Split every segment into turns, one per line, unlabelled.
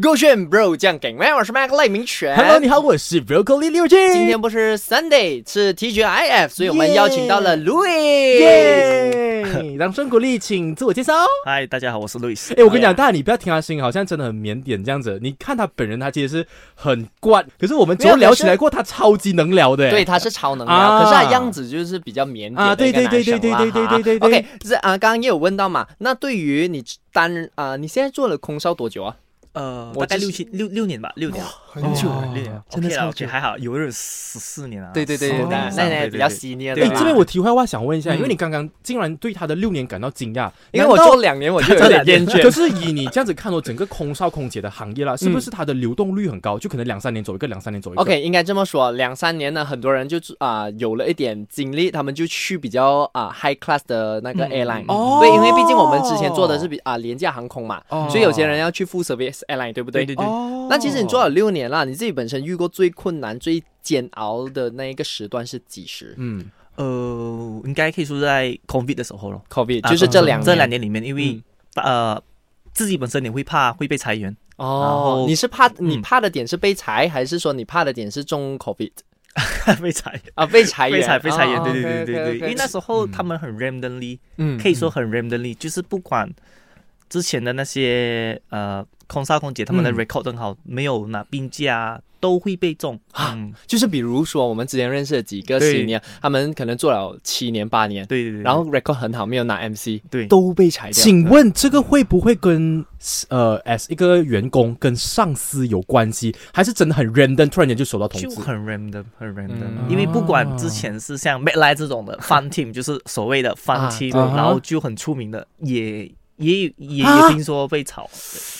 勾选 bro 酱梗，喂，我是麦克赖明全。
Hello，你好，我是 Broccoli 六 G。
今天不是 Sunday，是 TGIF，所以我们邀请到了 Louis。
耶，掌声鼓励，请自我介绍。
嗨，大家好，我是 Louis。
哎、我跟你讲，大家你不要听他声音，好像真的很腼腆这样子。你看他本人，他其实是很怪，可是我们只有
没有
聊
可是
起来过，他超级能聊的。
对，，他是超能聊，
啊
可是他样子就是比较腼腆的
啊对
一个
对对
男生
对
啦
对对
哈
对对对
OK，这啊，刚刚也有问到嘛，那对于你单啊，你现在做了空少多久啊？
呃，
我
大概
就是
六七六六年吧，六年，很
久
六年
哦，真的
OK
超
啦
久
，OK，还好，有人十四年啊，
对对对
14
对，
哦
年
那
以上
那
对
那
对
比较
对
senior
哎、
的啦。
这边我题外话想问一下，
嗯
因为你刚刚竟然对他的六年感到惊讶，
因为我
难道
做两年我就有点厌倦
可。是以你这样子看哦，整个空少空姐的行业啦，是不是它的流动率很高？就可能两三年走一个，两三年走一个。
OK，应该这么说，两三年呢，很多人就啊、有了一点经历，他们就去比较啊、high class 的那个
嗯
airline，、
哦
对，因为毕竟我们之前做的是比啊、廉价航空嘛，
哦
所以有些人要去 full service airline，对不对？
对对对
哦
那其实你做了六年了，你自己本身遇过最困难、最煎熬的那一个时段是几时
嗯，
呃，应该可以说在 COVID 的时候咯，
？COVID
啊
就是这两
年
这两年里面，因为
嗯
呃自己本身你会怕会被裁员，然
哦
后，
你是怕你
嗯
怕的点是被裁，还是说你怕的点是中 COVID
被裁
啊？被裁员，
被裁被裁员，
哦
对对对对对，
OK，OK，OK
因为那时候
嗯
他们很 randomly，
嗯
可以说很 randomly，就是不管之前的那些呃空少空姐他们的
嗯
record 很好，没有拿病假啊都会被中，
啊
嗯，
就是比如说我们之前认识的几个
对
senior，他们可能做了七年八年，
对对对，
然后 record 很好，没有拿 MC，
对
都被裁掉。
请问这个会不会跟呃，as 一个员工跟上司有关系，还是真的很 random 突然间就收到通
就
知？
很 random，很 random，、
嗯
因为不管之前是像 m a d l i 这 种的 fun team，就是所谓的 fun
啊
team，、
啊哈
然后就很出名的，也也也
啊
也听说被炒，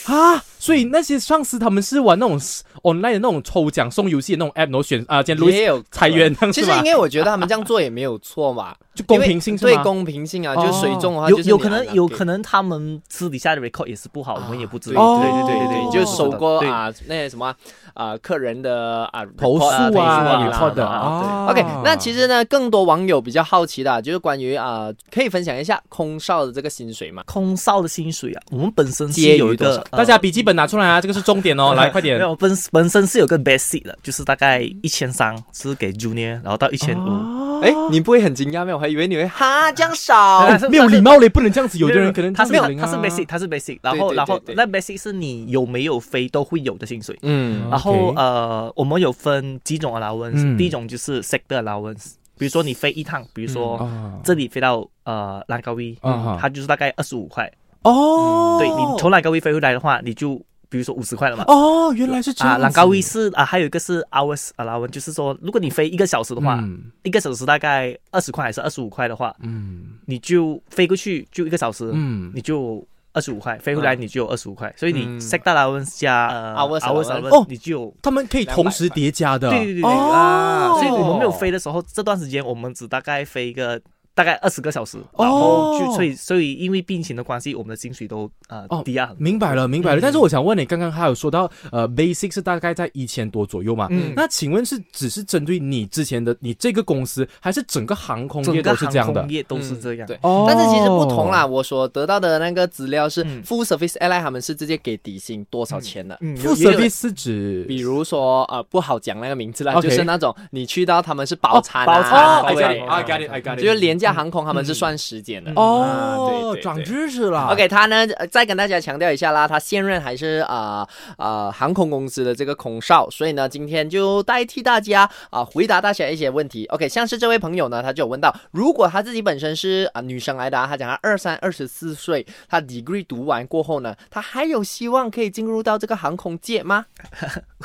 啊，所以那些上司他们是玩那种 s- online 的那种抽奖送游戏的那种 app，然后选啊，今天 Louis
也有
裁员这样
其
是
实
吧
因？为我觉得他们这样做也没有错 嘛，
就公平性
因
是
为对
吗？
公平性啊，就
哦
水中的话，
有
就是
有
你
可
拿
能有
给
可能他们私底下的 record 也是不好，
啊
我们也不知
对
道。
哦
对对对对
哦
对，就是收过
对
啊那些什么啊客人的啊 report
投诉啊，
投
你
诉
错的
啊
啊。
OK，那其实呢，更多网友比较好奇的啊，就是关于啊、可以分享一下空少的这个薪水嘛？
空少的薪水啊，我们本身
介
是
于
有一
多
个
少，
呃
大家笔记本拿出来啊，这个是重点 哦，来快点
没。有本本身是有个 basic 的，就是大概一千三是给 junior，然后到一千五。
哦
哎，你不会很惊讶吗？我还以为你会哈这样 嗯少
但是
没有礼貌嘞，不能这样子。有的人可能
他是
这样子
他是
啊
basic，他是 basic，然
对对
后
对
然后
对
那 basic 是你有没有飞都会有的薪水。
嗯
然后
OK
呃，我们有分几种 allowance，、
嗯
第一种就是 sector allowance，比如说你飞一趟，比如说、
啊
这里飞到呃兰高威，
啊哈
它就是大概二十五块。
哦，
嗯对你从兰高威飞回来的话，你就比如说五十块了嘛。
哦，原来是这样
啊，
子。
兰高威是啊，还有一个是 hours allowance，就是说如果你飞一个小时的话，
嗯
一个小时大概二十块还是二十五块的话，
嗯
你就飞过去就一个小时，
嗯
你就。二十五块飞回来
嗯
你就有二十五块，所以你
嗯
sector allowance 加呃
Hours
hours
allowance
allowance，
哦
你就有
他们可以同时叠加的。
对对对对、
哦
啊！所以我们没有飞的时候，这段时间我们只大概飞一个大概二十个小时，然后就、
哦
所以所以因为病情的关系，我们的薪水都呃、
哦
低压很多。
明白了，明白了。
嗯
但是我想问你，刚刚还有说到，呃，basic 是大概在一千多左右嘛？
嗯
那请问是只是针对你之前的你这个公司，还是整个航空
整
业都
个
是这样
航
的
空？业都是这样。
对，
哦
但是其实不同啦。我所得到的那个资料是
嗯
，full service airline 他们是直接给底薪多少钱的。
嗯，
副
有也有
service 是指
比如说，呃，不好讲那个名字啦
OK
就是那种你去到他们是包餐啊，
包餐
哦
啊
，I
对
got
对
it, I got it, I got it，
就是廉价航空他们是算时间
嗯
的。啊对
哦
对，对
长知识了。
OK，他呢呃再跟大家强调一下啦，他现任还是啊啊、呃航空公司的这个空少，所以呢今天就代替大家啊、回答大家一些问题。OK，像是这位朋友呢，他就有问到，如果他自己本身是啊、女生来的、啊，他讲他二三二十四岁，他 degree 读完过后呢，他还有希望可以进入到这个航空界吗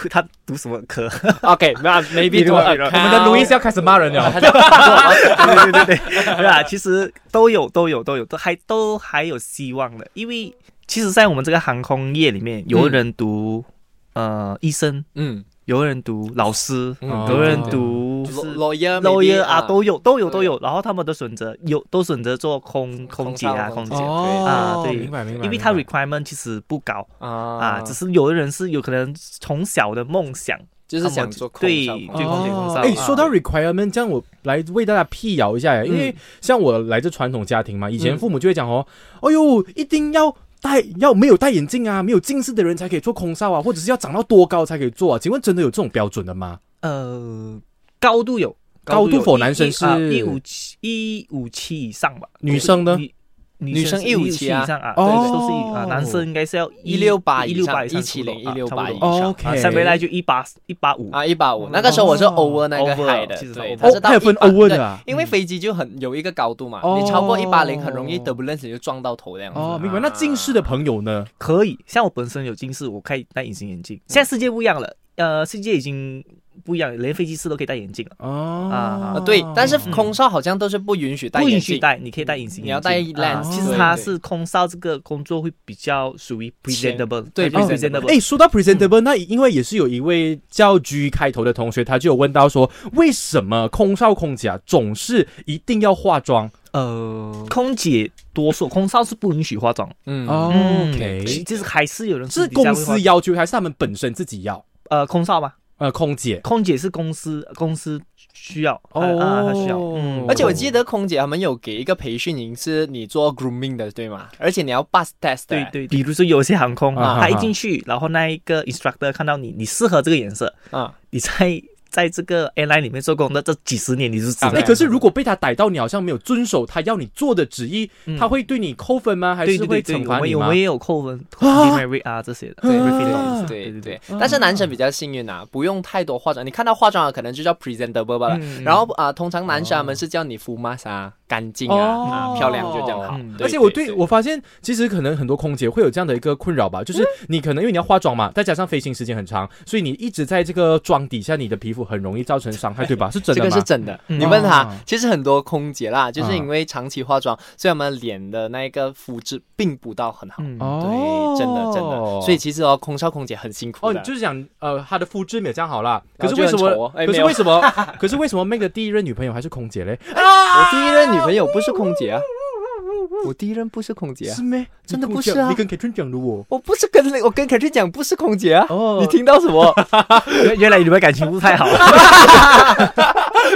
他读什么科？
？OK，那 maybe 我
我们的路易斯要开始骂人了。
啊
对对对对， 对啊，其实都有都有都有，都还都还有希望的，因为其实，在我们这个航空业里面，
嗯
有人读、呃医生，
嗯
有人读老师，
嗯
有人
哦
读
，lawyer
lawyer 啊，都有都有
对
都有，然后他们都选择有都选择做空空姐啊，
空
空
少
姐，
哦，
啊对
明白明白。
因为他
明白
requirement 其实不高啊，
啊
只是有的人是有可能从小的梦想，
就是想做空
对
少
对空姐空
哦
少，
哎，
啊
说到 requirement，这样我来为大家辟谣一下，因为像我来自传统家庭嘛，以前
嗯
父母就会讲哦，哎呦，一定要戴要没有戴眼镜啊，没有近视的人才可以做空少啊，或者是要长到多高才可以做啊？请问真的有这种标准的吗？
呃，高度有
高度
有
for
一啊
男生是
一五七一五七以上吧？
女生呢
女
女
女
生
生是
157
157以上啊，
哦
对，都是一啊，男生应该是要
168
一
以
六
上
八以上出头
170
啊差不多
168以上
哦
啊，
OK，
三倍赖就一八一八五，
啊，一百五。那个时候我是
哦
over 那个
over，啊
height 的
其，实是
对，
over
它是
哦，
到
还有分
180
over
对
的啊。
因为飞机就很有一个高度嘛，
哦
你超过一八零很容易 turbulence 就撞到头这样子。啊
哦，明白。那近视的朋友呢？
可以。像我本身有近视，我可以戴隐形眼镜。现在世界不一样了，呃，世界已经不一样了，连飞机师都可以戴眼镜了，
哦
啊
啊
对，但是
嗯
空少好像都是不允许戴
不
眼
允许
镜，
戴，你可以戴隐形眼镜。
你要戴
啊
lens
其实
对
它
对
是空少这个工作会比较属于
前
presentable，
对
它就
presentable
presentable。
哎，说到 presentable，、那因为也是有一位叫 G 开头的同学，他就有问到说，为什么空少空姐啊总是一定要化妆？
呃，空姐多数空少是不允许化妆。
嗯
哦
嗯
OK
其就是还是有人
是
私底下
公
会化
司要求，还是他们本身自己要？
呃空少吗？
呃，空姐
空姐是公司公司需要
哦
呃啊，她需要。嗯，
而且我记得空姐他们有给一个培训营，是你做 grooming 的，对吗？而且你要 bus test 的
对对，比如说有些航空，
啊
他一进去，然后那一个 instructor 看到你，你适合这个颜色，
啊，
你在 在这个 airline 里面做工的这几十年，你是知
啊
道
哎、
对
可是如果被他逮到你好像没有遵守他要你做的旨意，
嗯
他会对你扣分吗？还
对
是
对
会
对对，
惩
我
罚
们
你
有
吗
我？也有扣分 d
啊
e m e r 啊这些的，
对
对
对
refill
啊
的
对对
对
对
对。，嗯
但是男生比较幸运啊，不用太多化妆。你看到化妆的可能就叫 presentable 吧了。
嗯
然后啊，通常男生他们是叫你 full mask 啊，干净啊，
哦
啊漂亮就这样好
嗯。
对
而且我
对
对我发现，其实可能很多空姐会有这样的一个困扰吧，就是
嗯
你可能因为你要化妆嘛，再加上飞行时间很长，所以你一直在这个妆底下，你的皮肤很容易造成伤害，对吧？是真
这
的吗？
个是真的。
嗯
你问他
哦，
其实很多空姐啦，就是
啊
因为长期化妆，所以他们脸的那个肤质并不到很好。
嗯，
哦
对，，真的真的。所以其实哦，空少空姐很辛苦
哦，
的。
就是讲呃，她的肤质没有这样好啦，可
然
是
后
为什
就很丑
么
哦？哎
可
没
是
有
为什 么？可是为什么 Meg 的第一任女朋友还是空姐嘞？
我第一任女朋友不是空姐啊，我第一任不是空姐啊
是，咩？
真的
你跟我
不是
讲
啊
你跟 Katrin 讲的我。
我不是跟我跟凯 a 讲不是空姐啊。
哦
你听到什么？
原原来你们感情不太好，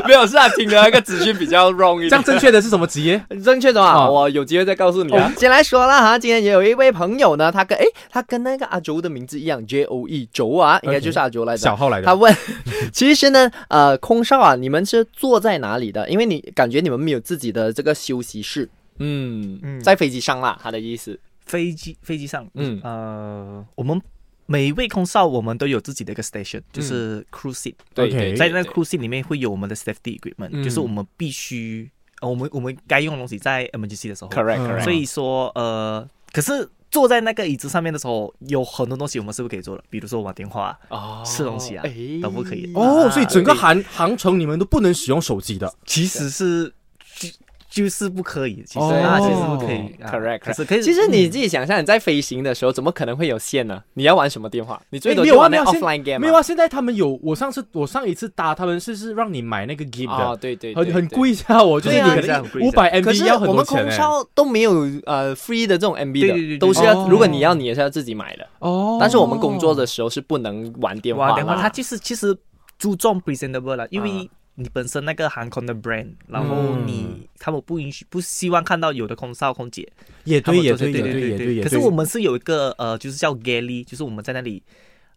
没有，是啊，听的那个资讯比较 wrong 一
这样正确的是什么 职业？
正确的话，
啊
哦
我有机会再告诉你
哦
啊。先来说啦哈，今天也有一位朋友呢，他跟诶，他跟那个阿周的名字一样，J O E 周啊，应该就是阿周来
小
着。
号来
他
的，
问， 其实呢，呃，空少啊，你们是坐在哪里的？因为你感觉你们没有自己的这个休息室。嗯
嗯
在飞机上啦，他的意思。
飞机飞机上，
嗯
呃，我们每一位空少我们都有自己的一个 station，就是 crew seat，
对
OK
对，对
在那
对
个 crew seat 里面会有我们的 safety equipment，、
嗯
就是我们必须，呃、我们我们该用的东西在 emergency 的时候
correct
嗯
correct。
所以说呃，可是坐在那个椅子上面的时候，有很多东西我们是不可以做的，比如说玩电话，
哦
吃东西啊
哎
都不可以
哦，所以整个
啊对
航航程你们都不能使用手机的。
其实是就就是不可以，其实、
哦
啊，其实不可以、啊
Correct，
可是可以，
其实你
嗯
自己想象，你在飞行的时候，怎么可能会有线呢？你要玩什么电话？你最多
哎
就玩
没
那
有啊没有啊
offline game，
没
啊
有啊，现在他们有，我上次我上一次搭他们是是让你买那个 game
哦，
的，
对对，
很
对
很。
对
贵一下哦，就是
对
你
啊
可
很
能
贵
五
很贵
百 MB
可是
要很
我
多
们
钱
空
欸
少都没有呃 free 的这种 MB
对对
的，
对
都是要
哦
如果你要你也是要自己买的。
哦
但是我们工作的时候是不能玩电话嗯
哇，
啦，
等会它就是其实注重 presentable 了，因为你本身那个航空的 brand，然后你他们不允许不希望看到有的空少空姐，
也
他
对
们
也
都
对
是
也
对
也
对
也
可是我们是有一个呃，就是叫 galley，就是我们在那里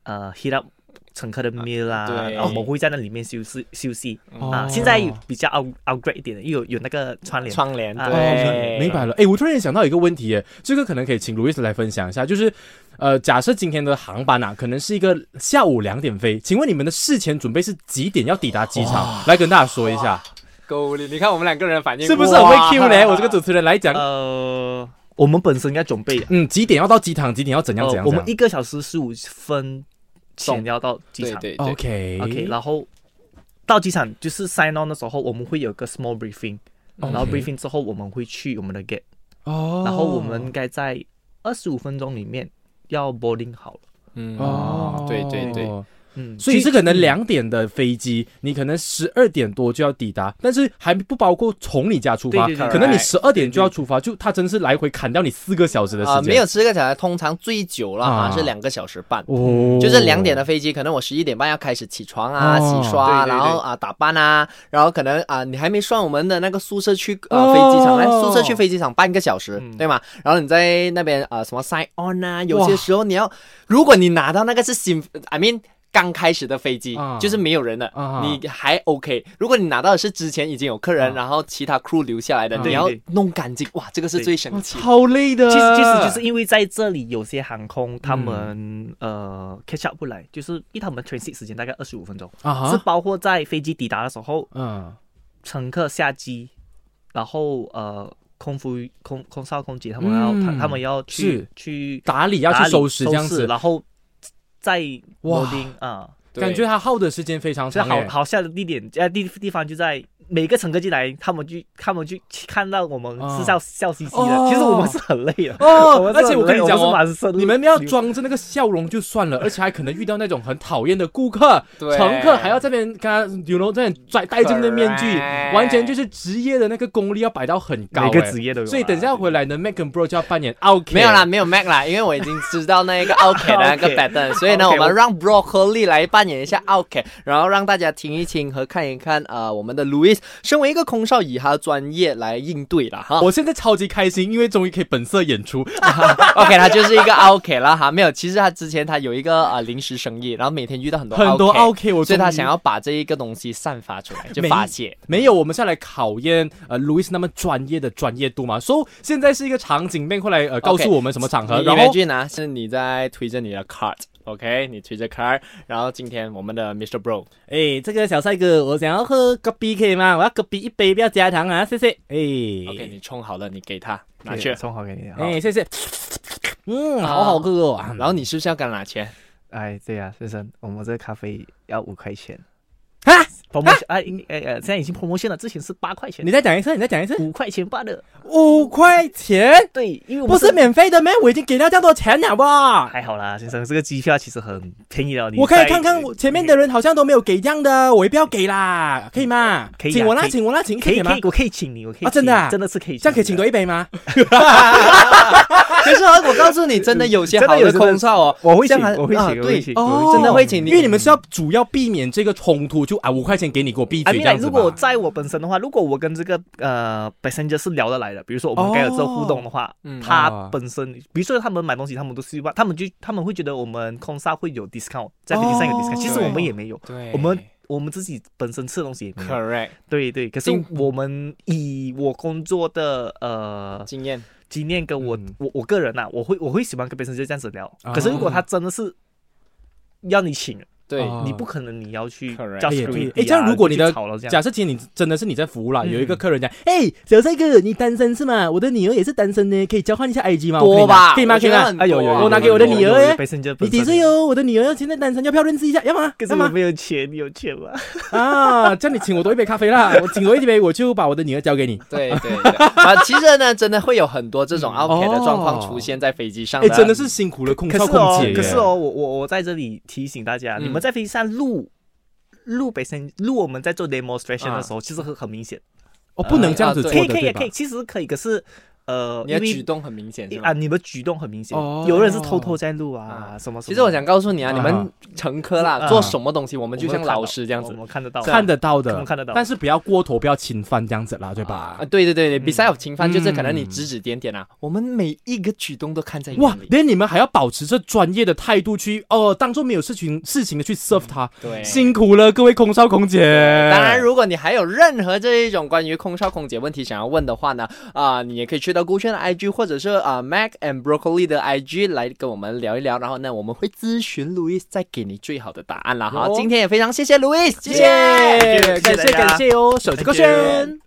呃 heat up 乘客的 meal 啦，
啊对
然后我们会在那里面休息休息
哦
啊。现在比较 out outgrade 一点的，又有有那个窗帘。
窗帘
啊
对，
明白了，哎，我突然想到一个问题，哎，这个可能可以请 Louis 来分享一下，就是，呃，假设今天的航班啊，可能是一个下午两点飞，请问你们的事前准备是几点要抵达机场？来跟大家说一下，
够力！你看我们两个人的反应
是不是很
哇
会 Q 嘞？我这个主持人来讲，
呃，我们本身应该准备
嗯，几点要到机场？几点要怎样怎
呃，
样？
我
怎
们
样
一个小时十五分前要到机
对
场。
对对，
OK
OK，然后到机场就是 sign on 的时候，我们会有个 small briefing，然后 briefing 之后我们会去我们的 gate，
哦，
然后我们应该在二十五分钟里面要 boarding 好了。
嗯
哦，
对对对。
嗯，
所以是可能两点的飞机，你可能十二点多就要抵达，但是还不包括从你家出发，
对对对
可能你
Correct
十二点就要出发，就他真是来回砍掉你四个小时的时
啊、
间。
没有吃个小时，通常最久了啊
啊
是两个小时半。
哦，
就是两点的飞机，可能我十一点半要开始起床啊、
哦
洗刷啊，
对对
然
对
后啊打扮啊，然后可能啊你还没算我们的那个宿舍去啊、
哦
飞机场，来宿舍去飞机场半个小时，
嗯
对吗？然后你在那边啊什么 sign on 啊，有
哇
些时候你要，如果你拿到那个是新，I mean。刚开始的飞机、
啊
就是没有人的，
啊
你还 OK。如果你拿到的是之前已经有客人，
啊
然后其他 crew 留下来的，
啊
你要
对对
弄干净，哇，这个是
对
最省
哇
气的。
超累的。
其实其实就是因为在这里有些航空他
嗯
们、呃 catch up 不来，就是因为他们 transit 时间大概二十五分钟，
啊
是
哈，
包括在飞机抵达的时候，
嗯
乘客下机，然后呃空服空空少空姐他们要、
嗯
他他们要去
是
去
打理要
打
去
理
收拾这样
收拾
子，
然后再
哇
loading 啊。
对
感觉他耗的时间非常
所以
长
好
欸。
好笑的地点呃地地方就在每个乘客进来，他们就他们就看到我们
啊
是笑、笑嘻嘻的，
哦
其实我们是很累的。
哦
们是很
而且我跟你
累
讲哦
们是蛮
你们要装着那个笑容就算了，而且还可能遇到那种很讨厌的顾客、
对
乘客，还要这边跟他 you know 这边拽戴着那个面具，
Correct
完全就是职业的那个功力要摆到很高、
每个职
业。
业都有啊。
欸所以等一下回来呢，Mac and Bro 就要扮演 OK，
没有啦，，没有 Mac 啦，因为我已经知道那一 个 OK 的那个
OK
pattern，所以呢，我
OK，
们让 Broccoli 来扮演一下 OK，然后让大家听一听和看一看啊、呃我们的 Louis 身为一个空少，以他专业来应对了哈。
我现在超级开心，因为终于可以本色演出。
OK，他就是一个 OK 啦哈，没有，其实他之前他有一个啊、呃临时生意，然后每天遇到很多
很多
OK，
OK，我
所以他
终于
想要把这一个东西散发出来，就
没
发泄。
没有，我们是要来考验呃 Louis 那么专业的专业度嘛。所、so, 以现在是一个场景面会来呃告诉
OK，
我们什么场合
你
然
原
后
句呢是你在推着你的 cart，OK，、你推着 cart，然后今天我们的 Mr. Bro
哎，这个小帅哥，我想要喝个啤可以吗？我要个啤一杯，不要加糖啊，谢谢。
OK，
哎，
你冲好了，你给他拿
对
去。啊
送好给你。好
哎，谢谢。嗯，好好喝哦。啊
然后你是不是要跟他拿 钱？
哎，对呀、先生，我们这个咖啡要五块钱。
啊
，promotion 哎哎哎，现在已经 promotion 了，之前是八块钱
你，再讲一次，你再讲一次。
五块钱罢了。
五块钱
对，因为我们
不是免费的咩？我已经给到这样多钱了吧？
还好啦，先生，这个机票其实很便宜了。你
我可以
在
看看我前面的人好像都没有给这样的，我也不要给啦，可以吗？
可以啊
请我啦，
可以
请我啦，请一
可以
点吗
可以？，我可以请你，我可以
啊真的啊
请你真的是可以，
这样可以请多
一。
一杯吗？
可是啊，我告诉你，嗯真的有些
真的
好
有
的空少哦，
我会
这
请，
样还
我会
啊
请，我会
对
请，
哦
真的会请你
因为你们是要主要避免这个冲突，就啊五块钱给你给我闭
啊，
嘴这样子
如
吧
果在我本身的话，如果我跟这个呃 passenger 是聊得来的，比如说我们该有这互动的话，
嗯
他本身，比如说他们买东西，他们都希望，他们就他们会觉得我们空少会有 discount，在飞机上有 discount，、
哦
其实我们也没有，
对
我们我们自己本身吃的东西也没有，
correct
对对。可是
进
我们以我工作的呃
经验，
经验跟我、
嗯
我我个人呐、啊我会我会喜欢跟 passenger 这样子聊，
啊
可是如果他真的是要你请，
对
哦
你不可能你要去
Correct
叫
哎也
security
对
啊
哎这样如果你的
去吵了这样。
假设今天你真的是你在服务啦，
嗯
有一个客人讲，
哎，小帅哥，你单身是吗？我的女儿也是单身呢，可以交换一下 IG 吗？我可以
多
拿
吧？
可以吗？
我
可
觉
以
得
吗？
很多啊
哎有有有
我拿给我的女儿耶 你几岁
哦？
哦？我的女儿现在单身，要不要认识一下？要吗？
可是
要
我
吗？
没有钱，你有钱吗？
啊，叫你请我多一杯咖啡啦！我请多一杯，我就把我的女儿交给你。
对对 对啊，其实呢，真的会有很多这种 OK 的状况出现在飞机上
哎，真
哦
的
的。
是辛苦了空
可
少
是
空
哦
姐耶，，
可是哦，我我我在这里提醒大家，
嗯
你们在飞机上录录本身录我们在做 demonstration
啊
的时候，其实很很明显，
哦不能这样子
啊
做
对
的，
可以哎可以
对
也
吧
可以，其实可以，可是呃，
你
因
的
为
举动很明显是吗？
啊，你们举动很明显
哦，
有人是偷偷在录啊
啊，
什么什么。
其实我想告诉你啊，
啊
你们乘客啦，
啊
做什么东嗯西，我们
我们
就
看
像
到，
老师这样子
我。们看得到，
看得到的，
我们看得到
但是不要过头，不要侵犯这样子啦，对吧
啊，？对对对对，
嗯
比赛有侵犯，就是可能你
嗯
指指点点啊，我们每一个举动都看在
哇
眼里。
连你们还要保持着专业的态度去哦，当做没有事情事情的去 serve 他，
嗯
对，
辛苦了各位空少空姐。
当然，如果你还有任何这一种关于空少空姐问题想要问的话呢，啊、你也可以去到顾轩的 IG 或者是啊、Mac and Broccoli 的 IG 来跟我们聊一聊，然后呢，我们会咨询 Louis 再给你最好的答案啦。好，
哦
今天也非常谢谢 Louis，谢谢。
耶
谢谢
感谢
大家
感谢哦，手机歌
Thank you
声。